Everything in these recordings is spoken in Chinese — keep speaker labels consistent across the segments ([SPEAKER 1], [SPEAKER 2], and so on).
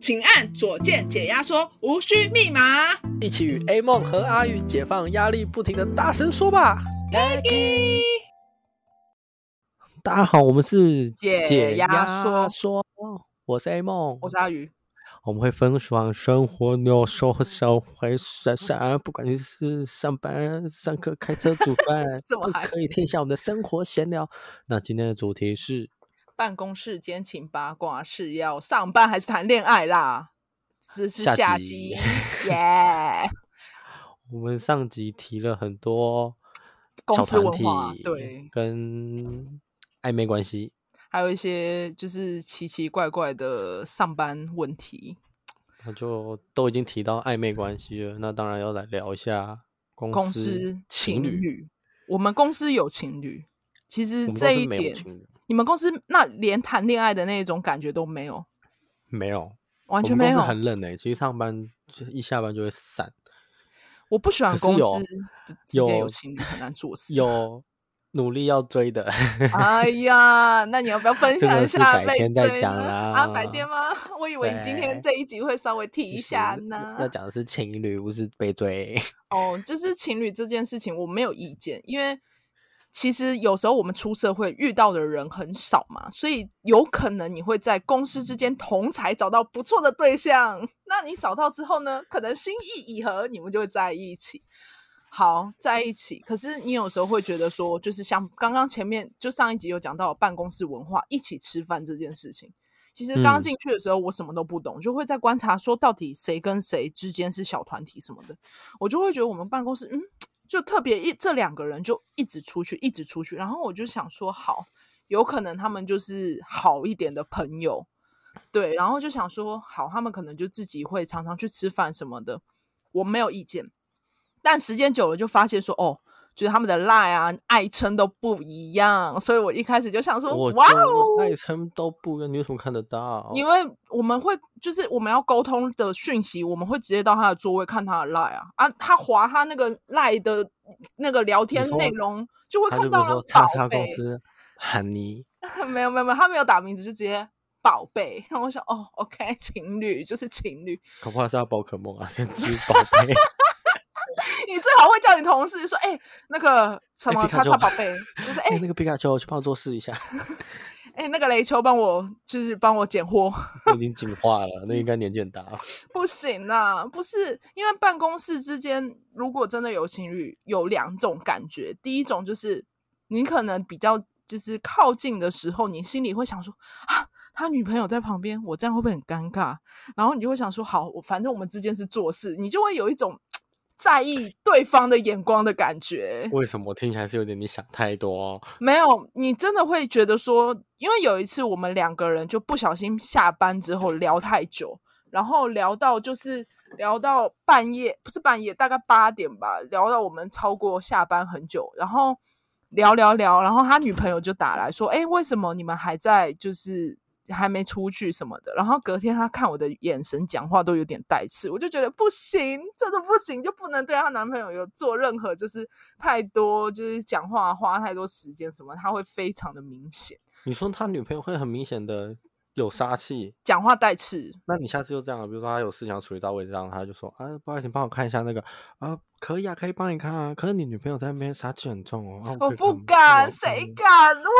[SPEAKER 1] 请按左键解压缩，无需密码。
[SPEAKER 2] 一起与 A 梦和阿宇解放压力，不停的大声说吧！大家好，我们是
[SPEAKER 1] 解压
[SPEAKER 2] 压
[SPEAKER 1] 缩
[SPEAKER 2] 说，我是 A 梦，
[SPEAKER 1] 我是阿鱼，
[SPEAKER 2] 我们会分享生活、有说和小回闪闪，不管你是上班、上课、开车、煮饭
[SPEAKER 1] ，这么
[SPEAKER 2] 都
[SPEAKER 1] 嗨
[SPEAKER 2] 可以听一下我们的生活闲聊。那今天的主题是
[SPEAKER 1] 办公室奸情八卦是要上班还是谈恋爱啦？这是
[SPEAKER 2] 下
[SPEAKER 1] 下集，
[SPEAKER 2] 集
[SPEAKER 1] 耶
[SPEAKER 2] 我们上集提了很多
[SPEAKER 1] 公
[SPEAKER 2] 小
[SPEAKER 1] 司文
[SPEAKER 2] 团体
[SPEAKER 1] 化对
[SPEAKER 2] 跟暧昧关系，
[SPEAKER 1] 还有一些就是奇奇怪怪的上班问题，
[SPEAKER 2] 那就都已经提到暧昧关系了，那当然要来聊一下公
[SPEAKER 1] 公
[SPEAKER 2] 司
[SPEAKER 1] 司
[SPEAKER 2] 情
[SPEAKER 1] 侣，
[SPEAKER 2] 侣，
[SPEAKER 1] 我们公司有情侣，其实
[SPEAKER 2] 我们公
[SPEAKER 1] 这
[SPEAKER 2] 司
[SPEAKER 1] 一
[SPEAKER 2] 没有
[SPEAKER 1] 点，
[SPEAKER 2] 情侣，
[SPEAKER 1] 你们公司那连谈恋爱的那种感觉都没有，
[SPEAKER 2] 没有，
[SPEAKER 1] 完全
[SPEAKER 2] 我
[SPEAKER 1] 没
[SPEAKER 2] 们
[SPEAKER 1] 有
[SPEAKER 2] 公司。很冷诶、其实上班就一下班就会 散，
[SPEAKER 1] 我不喜欢
[SPEAKER 2] 可是
[SPEAKER 1] 公
[SPEAKER 2] 有哦
[SPEAKER 1] 司之之间有
[SPEAKER 2] 有
[SPEAKER 1] 情侣很难做事。
[SPEAKER 2] 有努力要追的，
[SPEAKER 1] 哎呀，那你要不要分
[SPEAKER 2] 这
[SPEAKER 1] 享
[SPEAKER 2] 个
[SPEAKER 1] 一
[SPEAKER 2] 是
[SPEAKER 1] 下
[SPEAKER 2] 改
[SPEAKER 1] 被
[SPEAKER 2] 天再
[SPEAKER 1] 追
[SPEAKER 2] 讲
[SPEAKER 1] 呢
[SPEAKER 2] 啦
[SPEAKER 1] 啊，白天吗？ 我以为你今天
[SPEAKER 2] 对
[SPEAKER 1] 这一集会稍微提一
[SPEAKER 2] 不行
[SPEAKER 1] 下
[SPEAKER 2] 要要
[SPEAKER 1] 呢。
[SPEAKER 2] 讲的是情侣，不是被追。
[SPEAKER 1] 哦，就是情侣这件事情，我没有意见，因为其实有时候我们出社会遇到的人很少嘛，所以有可能你会在公司之间同才找到不错的对象。那你找到之后呢，可能心意已合，你们就会在一起。好，在一起。可是你有时候会觉得说，就是像刚刚前面就上一集有讲到办公室文化，一起吃饭这件事情。其实刚
[SPEAKER 2] 嗯
[SPEAKER 1] 进去的时候，我什么都不懂，就会在观察说到底谁跟谁之间是小团体什么的。我就会觉得我们办公室，嗯，就特别一这两个人就一直出去，一直出去。然后我就想说，好，有可能他们就是好一点的朋友，对。然后就想说，好，他们可能就自己会常常去吃饭什么的，我没有意见。但时间久了就发现说，哦，就是他们的赖啊、爱称都不一样，所以我一开始就想说，
[SPEAKER 2] 我
[SPEAKER 1] 哇
[SPEAKER 2] 就
[SPEAKER 1] 哦，
[SPEAKER 2] 爱称都不一样，你有什么看得到？
[SPEAKER 1] 因为我们会就是我们要沟通的讯息，我们会直接到他的座位看他的赖啊啊，他划他那个赖的那个聊天
[SPEAKER 2] 说
[SPEAKER 1] 内容就会
[SPEAKER 2] 他就
[SPEAKER 1] 看
[SPEAKER 2] 比
[SPEAKER 1] 到
[SPEAKER 2] 如
[SPEAKER 1] 了
[SPEAKER 2] 说叉
[SPEAKER 1] 宝
[SPEAKER 2] 叉
[SPEAKER 1] 贝
[SPEAKER 2] 公，司喊你，
[SPEAKER 1] 没有没有没有，他没有打名字，就直接宝贝。 然后我想哦，OK，情 侣就是情侣，
[SPEAKER 2] 搞不好是要宝可梦啊， 神奇宝贝。
[SPEAKER 1] 你最好会叫你同事说，哎、那个什
[SPEAKER 2] 哎
[SPEAKER 1] 么
[SPEAKER 2] 皮
[SPEAKER 1] 叉
[SPEAKER 2] 卡
[SPEAKER 1] 叉
[SPEAKER 2] 丘
[SPEAKER 1] 宝贝，就是哎
[SPEAKER 2] 哎、那个皮卡丘，去帮我做事一下，
[SPEAKER 1] 哎、那个雷丘帮我就是帮我捡货。
[SPEAKER 2] 我已经进化了，那应该年纪很大了。
[SPEAKER 1] 不行啦，不是因为办公室之间，如果真的有情侣，有两种感觉。第一种就是你可能比较就是靠近的时候，你心里会想说啊，他女朋友在旁边，我这样会不会很尴尬？然后你就会想说，好，我反正我们之间是做事，你就会有一种在意对方的眼光的感觉。
[SPEAKER 2] 为什么听起来是有点你想太多、哦？
[SPEAKER 1] 没有，你真的会觉得说，因为有一次我们两个人就不小心下班之后聊太久，然后聊到就是聊到半夜，不是半夜，大概八点吧，聊到我们超过下班很久，然后聊聊聊，然后他女朋友就打来说，哎，为什么你们还在就是还没出去什么的？然后隔天他看我的眼神、讲话都有点带刺，我就觉得不行，真的不行，就不能对她男朋友有做任何就是太多就是讲话花太多时间什么，他会非常的明显，
[SPEAKER 2] 你说他女朋友会很明显的有杀气，
[SPEAKER 1] 讲话带刺，
[SPEAKER 2] 那你下次就这样了，比如说他有事情要处理到位置上，他就说啊，不好意思，你帮我看一下那个啊，可以啊，可以帮你看啊，可是你女朋友在那边杀气很重哦，啊、
[SPEAKER 1] 我
[SPEAKER 2] 可以
[SPEAKER 1] 不
[SPEAKER 2] 看吗
[SPEAKER 1] 敢，
[SPEAKER 2] 嗯
[SPEAKER 1] 谁
[SPEAKER 2] 嗯
[SPEAKER 1] 敢？我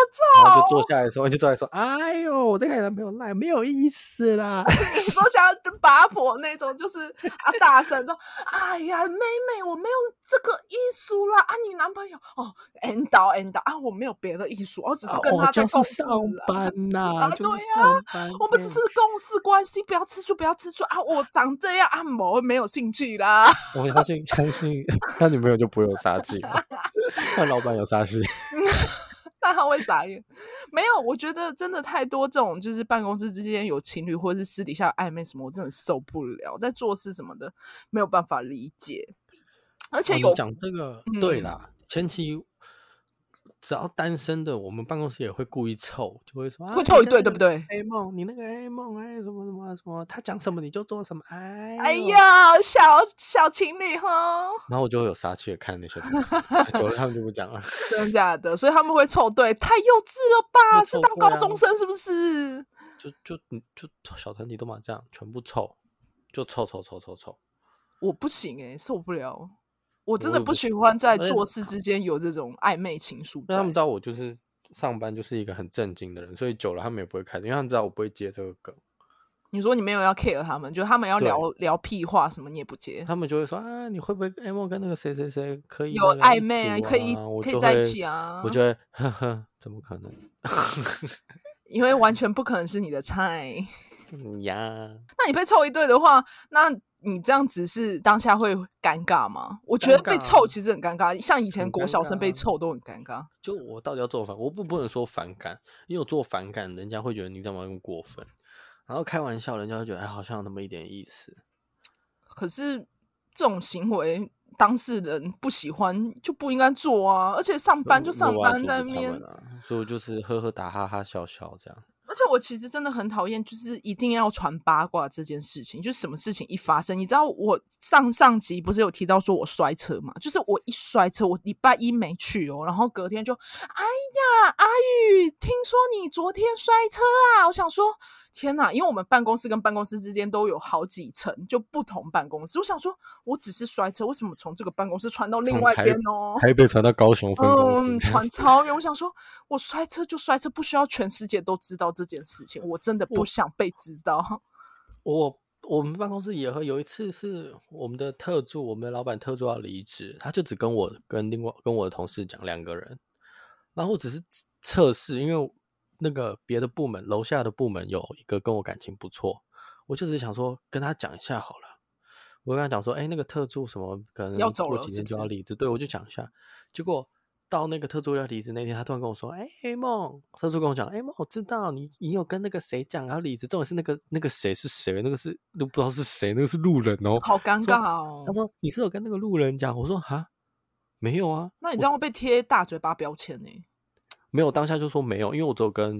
[SPEAKER 2] 然后
[SPEAKER 1] 操
[SPEAKER 2] 就！坐下来的时候就坐下来说，哎呦，我在看你男朋友赖，没有意思 啦。
[SPEAKER 1] 你说想要拔火那种，就是啊，大声说：“哎呀，妹妹，我没有这个艺术啦！啊，你男朋友哦，N 导 N 导啊，我没有别的艺术，我只是
[SPEAKER 2] 啊
[SPEAKER 1] 跟
[SPEAKER 2] 我
[SPEAKER 1] 他在
[SPEAKER 2] 就
[SPEAKER 1] 共
[SPEAKER 2] 是
[SPEAKER 1] 事
[SPEAKER 2] 上
[SPEAKER 1] 啦。
[SPEAKER 2] 班呐、
[SPEAKER 1] 啊
[SPEAKER 2] 就是
[SPEAKER 1] 对啊
[SPEAKER 2] 上班、
[SPEAKER 1] 我们只是共事关系，不要吃醋，不要吃醋啊！我长这样啊，我没有兴趣啦。
[SPEAKER 2] 我相信相信他女朋友就不会有杀气了， 他老板有杀气。
[SPEAKER 1] 那他会傻眼。没有，我觉得真的太多这种，就是办公室之间有情侣或者是私底下暧昧什么，我真的受不了，在做事什么的没有办法理解。而且
[SPEAKER 2] 哦你
[SPEAKER 1] 有
[SPEAKER 2] 讲这个，对
[SPEAKER 1] 嗯
[SPEAKER 2] 啦，前期只要单身的，我们办公室也会故意凑，就会说啊
[SPEAKER 1] 会凑一
[SPEAKER 2] 你
[SPEAKER 1] 对，对
[SPEAKER 2] 看
[SPEAKER 1] 不
[SPEAKER 2] 那个
[SPEAKER 1] 对？
[SPEAKER 2] ？A 梦，你那个 A 梦，哎，什么什么什么，他讲什么你就做什么，哎，
[SPEAKER 1] 哎，呀，小小情侣哈，
[SPEAKER 2] 然后我就会有杀气的看那些东西， 久了他们就不讲了。
[SPEAKER 1] 真的假的？所以他们会凑对，太幼稚了吧？
[SPEAKER 2] 会
[SPEAKER 1] 是
[SPEAKER 2] 凑
[SPEAKER 1] 当
[SPEAKER 2] 对啊
[SPEAKER 1] 高中生是不是？
[SPEAKER 2] 就就你就小团体都嘛这样，全部凑，就凑凑凑凑凑。
[SPEAKER 1] 我不行哎、受不了，我真
[SPEAKER 2] 我
[SPEAKER 1] 的
[SPEAKER 2] 也
[SPEAKER 1] 不
[SPEAKER 2] 不
[SPEAKER 1] 喜
[SPEAKER 2] 行
[SPEAKER 1] 欢在
[SPEAKER 2] 而且
[SPEAKER 1] 做事之间有这种暧昧情愫
[SPEAKER 2] 因为
[SPEAKER 1] 在
[SPEAKER 2] 他们知道我就是上班就是一个很正经的人，所以久了他们也不会开心，因为他们知道我不会接这个梗，
[SPEAKER 1] 你说你没有要 care 他们，就他们要
[SPEAKER 2] 对
[SPEAKER 1] 聊聊屁话什么你也不接，
[SPEAKER 2] 他们就会说啊，你会不会 M 跟那个谁谁谁可以
[SPEAKER 1] 有
[SPEAKER 2] 那个
[SPEAKER 1] 暧
[SPEAKER 2] 一
[SPEAKER 1] 昧啊
[SPEAKER 2] 组啊，
[SPEAKER 1] 可以
[SPEAKER 2] 我
[SPEAKER 1] 可以
[SPEAKER 2] 就
[SPEAKER 1] 在一
[SPEAKER 2] 会
[SPEAKER 1] 起啊
[SPEAKER 2] 我就会呵呵，怎么可能？
[SPEAKER 1] 因为完全不可能是你的菜。
[SPEAKER 2] 嗯呀，
[SPEAKER 1] 那你被凑一对的话，那你这样子是当下会尴尬吗？我觉得
[SPEAKER 2] 尴
[SPEAKER 1] 被
[SPEAKER 2] 尬
[SPEAKER 1] 凑
[SPEAKER 2] 啊
[SPEAKER 1] 其实很尴尬，像以前
[SPEAKER 2] 很
[SPEAKER 1] 国
[SPEAKER 2] 尴
[SPEAKER 1] 小生被
[SPEAKER 2] 尬啊
[SPEAKER 1] 凑都很尴尬。
[SPEAKER 2] 就我到底要做反，我不不能说反感，因为我做反感，人家会觉得你干嘛那么过分，然后开玩笑，人家会觉得哎，好像有那么一点意思。
[SPEAKER 1] 可是这种行为当事人不喜欢就不应该做啊，而且上班
[SPEAKER 2] 嗯那
[SPEAKER 1] 就
[SPEAKER 2] 我
[SPEAKER 1] 上
[SPEAKER 2] 我要
[SPEAKER 1] 班
[SPEAKER 2] 阻
[SPEAKER 1] 在
[SPEAKER 2] 止
[SPEAKER 1] 那
[SPEAKER 2] 他
[SPEAKER 1] 边
[SPEAKER 2] 们。啊，所以我就是呵呵打哈哈笑笑这样。
[SPEAKER 1] 而且我其实真的很讨厌，就是一定要传八卦这件事情，就是什么事情一发生，你知道我上上集不是有提到说我摔车嘛？就是我一摔车，我礼拜一没去哦，然后隔天就，哎呀，阿玉，听说你昨天摔车啊？我想说，天哪，因为我们办公室跟办公室之间都有好几层，就不同办公室。我想说，我只是摔车，为什么从这个办公室传到另
[SPEAKER 2] 从
[SPEAKER 1] 外一
[SPEAKER 2] 台
[SPEAKER 1] 边哦？
[SPEAKER 2] 台北传到高雄分
[SPEAKER 1] 嗯，
[SPEAKER 2] 公司，
[SPEAKER 1] 传超远。我想说，我摔车就摔车，不需要全世界都知道这件事情。我真的不想被知道。
[SPEAKER 2] 我我们办公室也会有一次是我们的特助，我们的老板特助要离职，他就只跟我跟另外跟我的同事讲两个人，然后我只是测试，因为那个别的部门楼下的部门有一个跟我感情不错，我就只是想说跟他讲一下好了。我跟他讲说，哎、那个特助什么可能
[SPEAKER 1] 要走
[SPEAKER 2] 过
[SPEAKER 1] 了
[SPEAKER 2] 几
[SPEAKER 1] 是
[SPEAKER 2] 天
[SPEAKER 1] 不
[SPEAKER 2] 就要
[SPEAKER 1] 是
[SPEAKER 2] 离职，对我就讲一下。结果到那个特助要离职那天，他突然跟我说：“哎、A 梦，特助跟我讲，哎、梦，我知道你你有跟那个谁讲要离职，重点是那个那个谁是谁，那个是都不知道是谁，那个是路人哦。
[SPEAKER 1] 好尴
[SPEAKER 2] 说
[SPEAKER 1] 尬哦
[SPEAKER 2] 他！说你是有跟那个路人讲？我说哈，没有啊，
[SPEAKER 1] 那你这样会被贴大嘴巴标签呢、
[SPEAKER 2] 没有。当下就说没有，因为我只有跟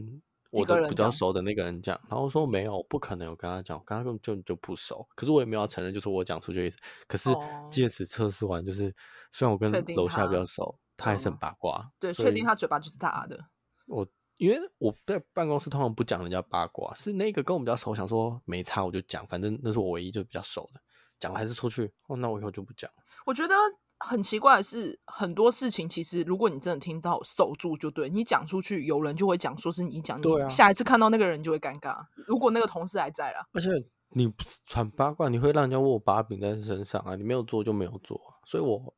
[SPEAKER 1] 一
[SPEAKER 2] 我
[SPEAKER 1] 个
[SPEAKER 2] 的
[SPEAKER 1] 人
[SPEAKER 2] 比较
[SPEAKER 1] 讲
[SPEAKER 2] 熟的那个人讲，然后说没有，不可能有跟他讲，我跟他根本就就不熟。可是我也没有要承认，就是我讲出去的意思。可是
[SPEAKER 1] 哦
[SPEAKER 2] 借此测试完，就是虽然我跟
[SPEAKER 1] 确定
[SPEAKER 2] 楼下比
[SPEAKER 1] 他
[SPEAKER 2] 较熟，他还
[SPEAKER 1] 嗯
[SPEAKER 2] 是很八卦，
[SPEAKER 1] 对，
[SPEAKER 2] 所
[SPEAKER 1] 确
[SPEAKER 2] 以
[SPEAKER 1] 定他嘴巴就是大的。
[SPEAKER 2] 我因为我在办公室通常不讲人家八卦，是那个跟我比较熟，想说没差我就讲，反正那是我唯一就比较熟的，讲了还是出去。哦，那我以后就不讲。
[SPEAKER 1] 我觉得很奇怪的是，很多事情其实如果你真的听到，守住就对。你讲出去，有人就会讲说是你讲，
[SPEAKER 2] 对啊
[SPEAKER 1] 你下一次看到那个人就会尴尬。如果那个同事还在啦，
[SPEAKER 2] 而且你不是传八卦，你会让人家握把柄在身上啊，你没有做就没有做啊、所以我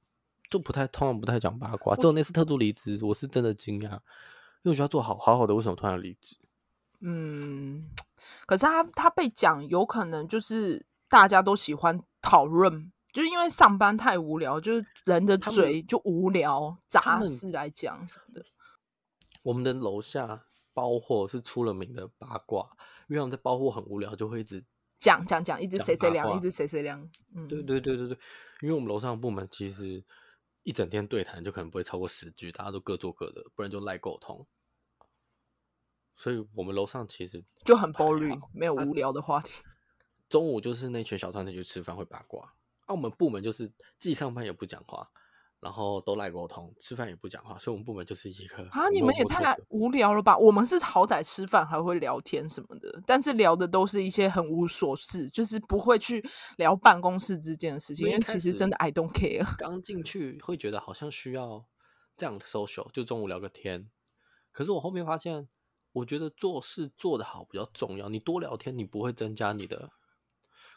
[SPEAKER 2] 就不太通常不太讲八卦。只有那次特助离职，我是真的惊讶，因为我觉得他做好好好的，为什么突然离职？
[SPEAKER 1] 嗯，可是他他被讲，有可能就是大家都喜欢讨论，就是因为上班太无聊，就是人的
[SPEAKER 2] 他们
[SPEAKER 1] 嘴就无聊
[SPEAKER 2] 他
[SPEAKER 1] 杂
[SPEAKER 2] 们
[SPEAKER 1] 事来讲什么的。
[SPEAKER 2] 我们的楼下包货是出了名的八卦，因为我们在包货很无聊，就会一直
[SPEAKER 1] 讲讲讲，一直
[SPEAKER 2] 讲
[SPEAKER 1] 谁谁
[SPEAKER 2] 八
[SPEAKER 1] 凉，一
[SPEAKER 2] 卦
[SPEAKER 1] 直谁谁凉，嗯，
[SPEAKER 2] 对对对对对，因为我们楼上的部门其实一整天对谈就可能不会超过十句，大家都各做各的，不然就赖沟通。所以我们楼上其实
[SPEAKER 1] 就很
[SPEAKER 2] 还
[SPEAKER 1] boring，
[SPEAKER 2] 好
[SPEAKER 1] 没有
[SPEAKER 2] 啊
[SPEAKER 1] 无聊的话 题。
[SPEAKER 2] 中午就是那群小团体去吃饭会八卦，啊，我们部门就是既上班也不讲话，然后都赖沟通，吃饭也不讲话，所以我们部门就是一个
[SPEAKER 1] 啊，你们也
[SPEAKER 2] 默默做
[SPEAKER 1] 太
[SPEAKER 2] 事
[SPEAKER 1] 无聊了吧！我们是好歹吃饭还会聊天什么的，但是聊的都是一些很无所事，就是不会去聊办公室之间的事情，
[SPEAKER 2] 因
[SPEAKER 1] 因
[SPEAKER 2] 为一
[SPEAKER 1] 为
[SPEAKER 2] 开
[SPEAKER 1] 其实
[SPEAKER 2] 始
[SPEAKER 1] 真的 I don't care。
[SPEAKER 2] 刚进去会觉得好像需要这样的 social，就中午聊个天。可是我后面发现，我觉得做事做得好比较重要。你多聊天，你不会增加你的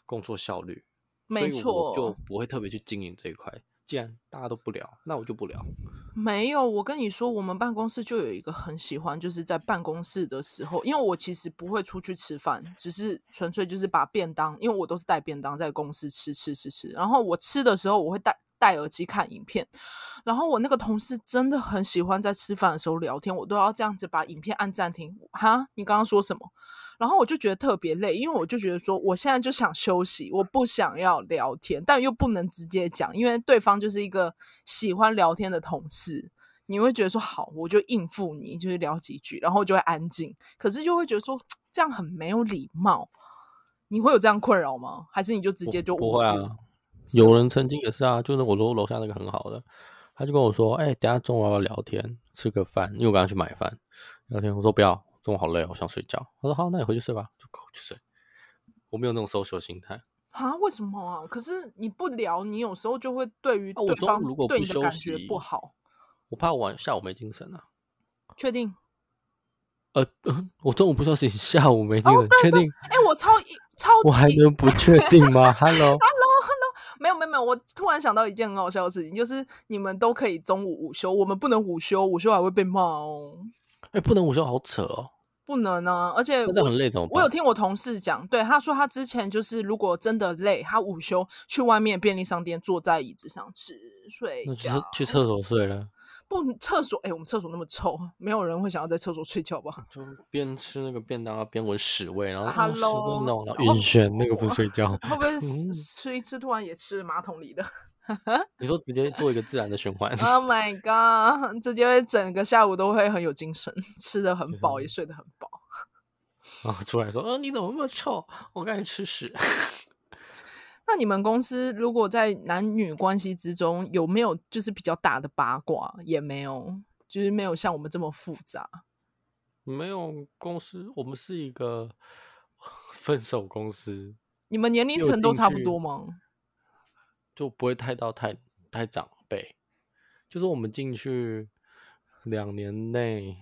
[SPEAKER 2] 工作效率，所
[SPEAKER 1] 没
[SPEAKER 2] 以我就
[SPEAKER 1] 错
[SPEAKER 2] 不会特别去经营这一块。既然大家都不聊，那我就不聊。
[SPEAKER 1] 没有，我跟你说，我们办公室就有一个很喜欢，就是在办公室的时候，因为我其实不会出去吃饭，只是纯粹就是把便当，因为我都是带便当在公司吃吃吃吃，然后我吃的时候我会戴戴耳机看影片，然后我那个同事真的很喜欢在吃饭的时候聊天，我都要这样子把影片按暂停，哈，你刚刚说什么？然后我就觉得特别累，因为我就觉得说，我现在就想休息，我不想要聊天，但又不能直接讲，因为对方就是一个喜欢聊天的同事，你会觉得说好，我就应付你，就是聊几句，然后就会安静。可是就会觉得说这样很没有礼貌，你会有这样困扰吗？还是你就直接就
[SPEAKER 2] 不
[SPEAKER 1] 无
[SPEAKER 2] 会
[SPEAKER 1] 视？
[SPEAKER 2] 啊，有人曾经也是啊，就是我楼楼下那个很好的，他就跟我说：“哎、等一下中午要不要聊天，吃个饭？”因为我刚刚去买饭，聊天。我说不要，中午好累哦，我想睡觉。”我说：“好，那你回去睡吧。”就我去睡。我没有那种 social 心态。
[SPEAKER 1] 啊，为什么啊？可是你不聊，你有时候就会对于
[SPEAKER 2] 啊我
[SPEAKER 1] 对
[SPEAKER 2] 中
[SPEAKER 1] 方
[SPEAKER 2] 午如果
[SPEAKER 1] 对
[SPEAKER 2] 不
[SPEAKER 1] 你的感
[SPEAKER 2] 休
[SPEAKER 1] 觉不
[SPEAKER 2] 息
[SPEAKER 1] 好，
[SPEAKER 2] 我怕我晚下午没精神啊。
[SPEAKER 1] 确定？
[SPEAKER 2] 呃，我中午不休息，下午没精神，确定？
[SPEAKER 1] 哎、我超一超
[SPEAKER 2] 我还
[SPEAKER 1] 级
[SPEAKER 2] 能不确定 吗？Hello，
[SPEAKER 1] 没有没有没有，我突然想到一件很好笑的事情，就是你们都可以中午午休，我们不能午休，午休还会被骂哦，
[SPEAKER 2] 哎、不能午休，好扯哦，
[SPEAKER 1] 不能啊！而且
[SPEAKER 2] 那这样
[SPEAKER 1] 我
[SPEAKER 2] 很累怎么办？
[SPEAKER 1] 我有听我同事讲，对他说他之前就是如果真的累，他午休去外面便利商店坐在椅子上吃睡
[SPEAKER 2] 那就是
[SPEAKER 1] 觉，
[SPEAKER 2] 去厕所睡了，
[SPEAKER 1] 不厕所哎、我们厕所那么臭，没有人会想要在厕所睡觉吧？
[SPEAKER 2] 就边吃那个便当啊边闻屎味，然后
[SPEAKER 1] 哈
[SPEAKER 2] 哦屎味
[SPEAKER 1] 喽
[SPEAKER 2] 弄了
[SPEAKER 1] 然后。
[SPEAKER 2] 晕眩，那个不睡觉
[SPEAKER 1] 会不会
[SPEAKER 2] 嗯
[SPEAKER 1] 吃一吃突然也吃马桶里的
[SPEAKER 2] 你说直接做一个自然的循环，
[SPEAKER 1] ？Oh my god！直接整个下午都会很有精神，吃的很饱，也
[SPEAKER 2] 嗯
[SPEAKER 1] 睡得很饱。
[SPEAKER 2] 然后出来说：“啊，你怎么那么臭？我刚才吃屎。
[SPEAKER 1] 那你们公司如果在男女关系之中，有没有就是比较大的八卦？也没有，就是没有像我们这么复杂。”
[SPEAKER 2] 没有公司，我们是一个分手公司，
[SPEAKER 1] 你们年龄
[SPEAKER 2] 又
[SPEAKER 1] 层都
[SPEAKER 2] 进
[SPEAKER 1] 差不
[SPEAKER 2] 去
[SPEAKER 1] 多吗？
[SPEAKER 2] 就不会太到太太长辈。就是我们进去两年内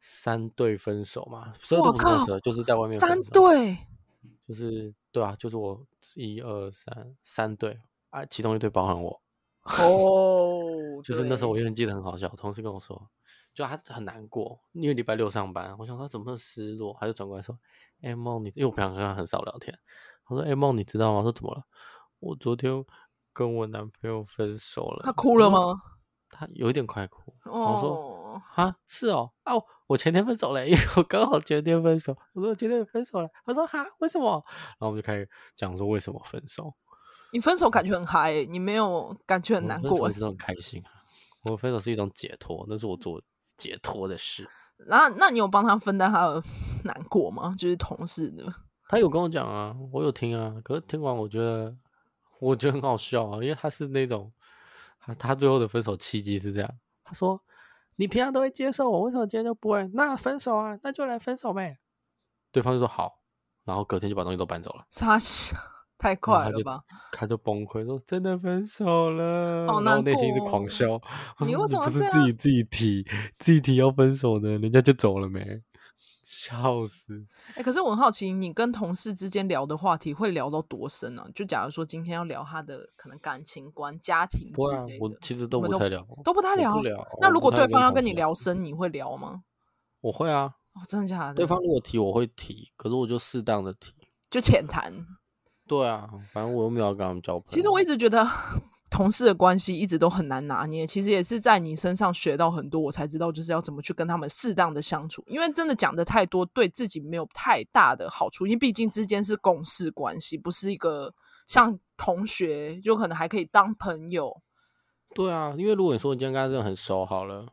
[SPEAKER 2] 三对分手嘛，所以
[SPEAKER 1] 哇
[SPEAKER 2] 都不是分
[SPEAKER 1] 靠
[SPEAKER 2] 手，就是在外面
[SPEAKER 1] 三
[SPEAKER 2] 分手，
[SPEAKER 1] 对，
[SPEAKER 2] 就是对啊，就是我一二三三对啊，其中一对包含我，
[SPEAKER 1] 哦，
[SPEAKER 2] 就是那时候我
[SPEAKER 1] 对
[SPEAKER 2] 永远记得很好笑，同事跟我说，就他很难过，因为礼拜六上班，我想他怎么那么失落，他就转过来说：“哎、梦，你因为我平常跟他很少聊天，他说：‘哎、梦，你知道吗？’我说怎么了？我昨天跟我男朋友分手了。”
[SPEAKER 1] 他哭了
[SPEAKER 2] 我说？
[SPEAKER 1] 吗？
[SPEAKER 2] 他有一点快哭。我说：“
[SPEAKER 1] 哦，
[SPEAKER 2] 啊，是哦，啊，我我前天分手了，因为我刚好前天分手。”我说：“我前天分手了。”他说：“哈，为什么？”然后我们就开始讲说为什么分手。
[SPEAKER 1] 你分手感觉很嗨、你没有感觉很
[SPEAKER 2] 我
[SPEAKER 1] 难
[SPEAKER 2] 分手
[SPEAKER 1] 过、
[SPEAKER 2] 一直都很开心啊。我分手是一种解脱，那是我做解脱的事。
[SPEAKER 1] 然后，那你有帮他分担他的 难过吗？就是同事的，
[SPEAKER 2] 他有跟我讲啊，我有听啊，可是听完我觉得我觉得很好笑啊，因为他是那种他他最后的分手契机是这样，他说你平常都会接受我，为什么今天就不会？那分手啊，那就来分手呗。对方就说好，然后隔天就把东西都搬走了，
[SPEAKER 1] 傻笑，太
[SPEAKER 2] 然后
[SPEAKER 1] 快
[SPEAKER 2] 哦他
[SPEAKER 1] 了
[SPEAKER 2] 就
[SPEAKER 1] 吧？
[SPEAKER 2] 他就崩溃说真的分手
[SPEAKER 1] 好
[SPEAKER 2] 了，然后
[SPEAKER 1] 难
[SPEAKER 2] 我内心一直
[SPEAKER 1] 过哦
[SPEAKER 2] 狂笑，我
[SPEAKER 1] 你
[SPEAKER 2] 说
[SPEAKER 1] 为什
[SPEAKER 2] 你
[SPEAKER 1] 么啊
[SPEAKER 2] 不是
[SPEAKER 1] 这
[SPEAKER 2] 自己
[SPEAKER 1] 样
[SPEAKER 2] 自己提自己提要分手呢，人家就走了没？笑死！
[SPEAKER 1] 哎、可是我很好奇，你跟同事之间聊的话题会聊到多深呢、就假如说今天要聊他的可能感情观、家庭
[SPEAKER 2] 不
[SPEAKER 1] 之
[SPEAKER 2] 会啊
[SPEAKER 1] 类，
[SPEAKER 2] 我
[SPEAKER 1] 的，
[SPEAKER 2] 其实都
[SPEAKER 1] 你们
[SPEAKER 2] 不太聊，
[SPEAKER 1] 都不太
[SPEAKER 2] 我
[SPEAKER 1] 聊。
[SPEAKER 2] 不聊。
[SPEAKER 1] 那
[SPEAKER 2] 我
[SPEAKER 1] 如
[SPEAKER 2] 不
[SPEAKER 1] 果
[SPEAKER 2] 太
[SPEAKER 1] 对方要
[SPEAKER 2] 同
[SPEAKER 1] 跟你
[SPEAKER 2] 事嗯
[SPEAKER 1] 聊深，你会聊吗？
[SPEAKER 2] 我会啊。
[SPEAKER 1] 哦，真的假的？
[SPEAKER 2] 对方如果提，我会提，可是我就适当的提。
[SPEAKER 1] 就浅谈。
[SPEAKER 2] 对啊，反正我又没有要跟他们交朋友。
[SPEAKER 1] 其实我一直觉得 同事的关系一直都很难拿捏，其实也是在你身上学到很多，我才知道就是要怎么去跟他们适当的相处，因为真的讲的太多，对自己没有太大的好处，因为毕竟之间是共事关系，不是一个像同学就可能还可以当朋友。
[SPEAKER 2] 对啊，因为如果你说你今天跟他真的很熟好了，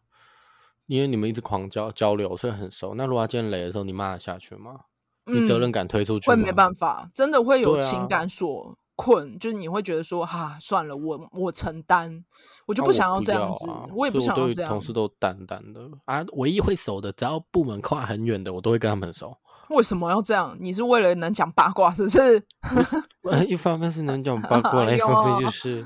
[SPEAKER 2] 因为你们一直狂交交流，所以很熟。那如果他今天雷的时候，你骂得下去吗？你责任
[SPEAKER 1] 嗯、
[SPEAKER 2] 感推出去
[SPEAKER 1] 会
[SPEAKER 2] 吗？
[SPEAKER 1] 没办法，真的会有
[SPEAKER 2] 对啊
[SPEAKER 1] 情感所困，就是你会觉得说，哈、算了，我我承担，我就
[SPEAKER 2] 啊
[SPEAKER 1] 不
[SPEAKER 2] 我
[SPEAKER 1] 想要
[SPEAKER 2] 不
[SPEAKER 1] 这样
[SPEAKER 2] 要
[SPEAKER 1] 子，
[SPEAKER 2] 啊
[SPEAKER 1] 我也不
[SPEAKER 2] 所以我
[SPEAKER 1] 想要
[SPEAKER 2] 对
[SPEAKER 1] 这样。
[SPEAKER 2] 同事都淡淡的啊，唯一会熟的，只要部门跨很远的，我都会跟他们很熟。
[SPEAKER 1] 为什么要这样？你是为了能讲八卦，是不是？
[SPEAKER 2] 呃， 一方面是能讲八卦，
[SPEAKER 1] 哎
[SPEAKER 2] 另一方面
[SPEAKER 1] 呦
[SPEAKER 2] 就是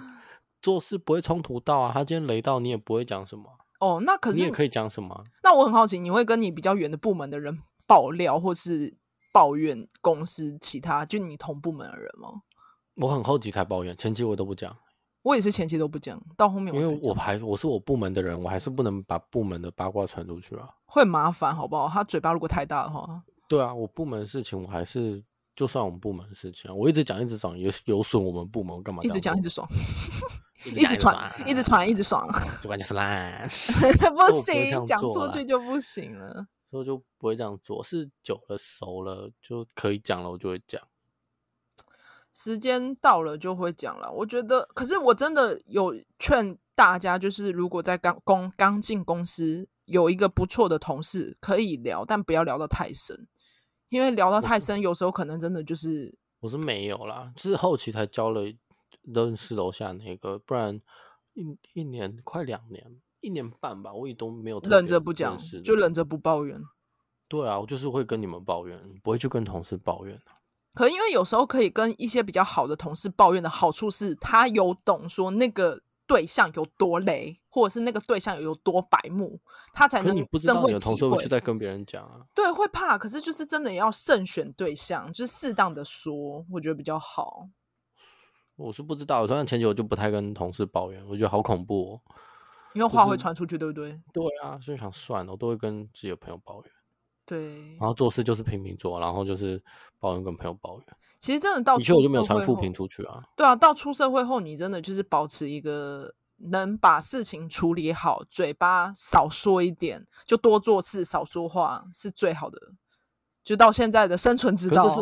[SPEAKER 2] 做事不会冲突到啊。他今天雷到你也不会讲什么啊，
[SPEAKER 1] 哦，那可
[SPEAKER 2] 你
[SPEAKER 1] 是
[SPEAKER 2] 也可以讲什么啊。
[SPEAKER 1] 那我很好奇，你会跟你比较远的部门的人爆料，或是抱怨公司其他就你同部门的人吗？
[SPEAKER 2] 我很后期才抱怨，前期我都不讲，
[SPEAKER 1] 我也是前期都不讲，到后面
[SPEAKER 2] 因
[SPEAKER 1] 我才
[SPEAKER 2] 为
[SPEAKER 1] 讲，
[SPEAKER 2] 我还我是我部门的人，我还是不能把部门的八卦传出去啊。
[SPEAKER 1] 会很麻烦，好不好？他嘴巴如果太大的话，
[SPEAKER 2] 对啊，我部门的事情我还是就算我们部门的事情啊，我一直讲一直讲，有有损我们部门，我干嘛
[SPEAKER 1] 一直
[SPEAKER 2] 这样
[SPEAKER 1] 讲一直
[SPEAKER 2] 做
[SPEAKER 1] 爽，
[SPEAKER 2] 一
[SPEAKER 1] 一直
[SPEAKER 2] 讲
[SPEAKER 1] 传，一直传，一直爽，
[SPEAKER 2] 啊主管就是烂，
[SPEAKER 1] 不
[SPEAKER 2] 所以我不会这
[SPEAKER 1] 行，
[SPEAKER 2] 样
[SPEAKER 1] 讲
[SPEAKER 2] 做
[SPEAKER 1] 出
[SPEAKER 2] 啦
[SPEAKER 1] 去就不行了。
[SPEAKER 2] 所以我就不会这样做。是久了熟了就可以讲了，我就会讲。
[SPEAKER 1] 时间到了就会讲了。我觉得，可是我真的有劝大家，就是如果在刚公刚进公司有一个不错的同事可以聊，但不要聊到太深，因为聊到太深，有时候可能真的就是
[SPEAKER 2] 我是没有啦，是后期才交了认识楼下那个，不然一一年快两年，一年半吧，我也都没有特
[SPEAKER 1] 忍
[SPEAKER 2] 别
[SPEAKER 1] 着不
[SPEAKER 2] 认
[SPEAKER 1] 讲
[SPEAKER 2] 识，
[SPEAKER 1] 就
[SPEAKER 2] 的
[SPEAKER 1] 忍着不抱怨。
[SPEAKER 2] 对啊，我就是会跟你们抱怨，不会去跟同事抱怨。
[SPEAKER 1] 可因为有时候可以跟一些比较好的同事抱怨的好处是，他有懂说那个对象有多雷，或者是那个对象有多白目，他才
[SPEAKER 2] 可是
[SPEAKER 1] 能
[SPEAKER 2] 你不知
[SPEAKER 1] 真
[SPEAKER 2] 道
[SPEAKER 1] 会
[SPEAKER 2] 你的同
[SPEAKER 1] 体
[SPEAKER 2] 事会不
[SPEAKER 1] 会
[SPEAKER 2] 会在跟别人讲啊？
[SPEAKER 1] 对，会怕，可是就是真的要慎选对象，就是适当的说，我觉得比较好。
[SPEAKER 2] 我是不知道，像前久我就不太跟同事抱怨，我觉得好恐怖哦。
[SPEAKER 1] 因为话会传出去，对不对？
[SPEAKER 2] 对啊，所以想算了，我都会跟自己的朋友抱怨，
[SPEAKER 1] 对
[SPEAKER 2] 然，后做事就是拼命做，然后就是抱怨跟朋友抱怨。
[SPEAKER 1] 其实真的到
[SPEAKER 2] 的确，我
[SPEAKER 1] 出
[SPEAKER 2] 就没有
[SPEAKER 1] 社
[SPEAKER 2] 传
[SPEAKER 1] 会
[SPEAKER 2] 负
[SPEAKER 1] 后
[SPEAKER 2] 评出去啊。
[SPEAKER 1] 对啊，到出社会后，你真的就是保持一个能把事情处理好，嘴巴少说一点，就多做事，少说话是最好的。就到现在的生存之
[SPEAKER 2] 可是
[SPEAKER 1] 道
[SPEAKER 2] 这，是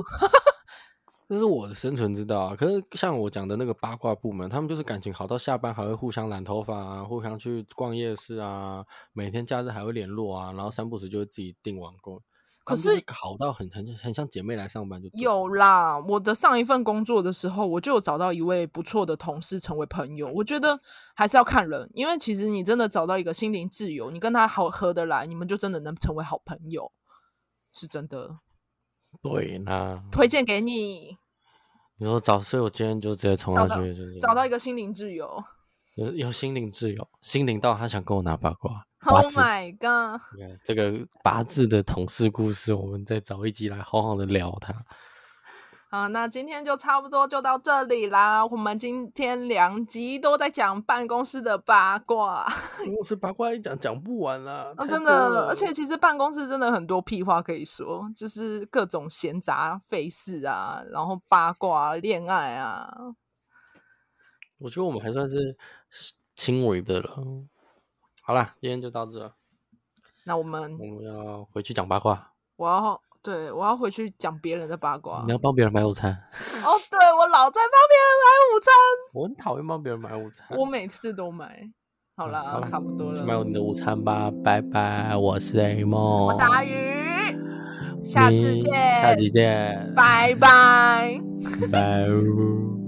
[SPEAKER 2] 这是我的生存之道啊。可是像我讲的那个八卦部门，他们就是感情好到下班还会互相染头发啊，互相去逛夜市啊，每天假日还会联络啊，然后三不时就会自己订网购。
[SPEAKER 1] 可
[SPEAKER 2] 他们就是好到很很很像姐妹来上班就对了
[SPEAKER 1] 有啦。我的上一份工作的时候，我就有找到一位不错的同事成为朋友。我觉得还是要看人，因为其实你真的找到一个心灵挚友，你跟他好合得来，你们就真的能成为好朋友，是真的。
[SPEAKER 2] 对啦。
[SPEAKER 1] 推荐给你
[SPEAKER 2] 你说找，所以我今天就直接冲
[SPEAKER 1] 找
[SPEAKER 2] 下
[SPEAKER 1] 到
[SPEAKER 2] 去，就是
[SPEAKER 1] 找到一个心灵挚友。
[SPEAKER 2] 就是有心灵挚友，心灵到他想跟我拿八卦。八
[SPEAKER 1] Oh
[SPEAKER 2] 字
[SPEAKER 1] my god！
[SPEAKER 2] 这个这个八字的同事故事，我们再找一集来好好的聊它。
[SPEAKER 1] 好，那今天就差不多就到这里啦。我们今天两集都在讲办公室的八卦，
[SPEAKER 2] 如果是八卦一讲讲不完啦，
[SPEAKER 1] 啊、
[SPEAKER 2] 太
[SPEAKER 1] 真
[SPEAKER 2] 多
[SPEAKER 1] 的，
[SPEAKER 2] 了
[SPEAKER 1] 而且其实办公室真的很多屁话可以说，就是各种闲杂费事啊，然后八卦、啊、恋爱啊，
[SPEAKER 2] 我觉得我们还算是轻微的了。好啦，今天就到这，
[SPEAKER 1] 那我们
[SPEAKER 2] 我们要回去讲八卦。
[SPEAKER 1] 我要对我要回去讲别人的八卦
[SPEAKER 2] 你。要帮别人买午餐，
[SPEAKER 1] 哦，对我老在帮别人买午餐，
[SPEAKER 2] 我很讨厌帮别人买午餐。
[SPEAKER 1] 我每次都买。好
[SPEAKER 2] 嗯
[SPEAKER 1] 啦，
[SPEAKER 2] 好啦
[SPEAKER 1] 差不多
[SPEAKER 2] 去
[SPEAKER 1] 了。
[SPEAKER 2] 买你的午餐吧，拜拜。我是 A 梦，
[SPEAKER 1] 我是阿鱼，下次
[SPEAKER 2] 你
[SPEAKER 1] 见，
[SPEAKER 2] 下期见，
[SPEAKER 1] 拜拜。
[SPEAKER 2] 拜。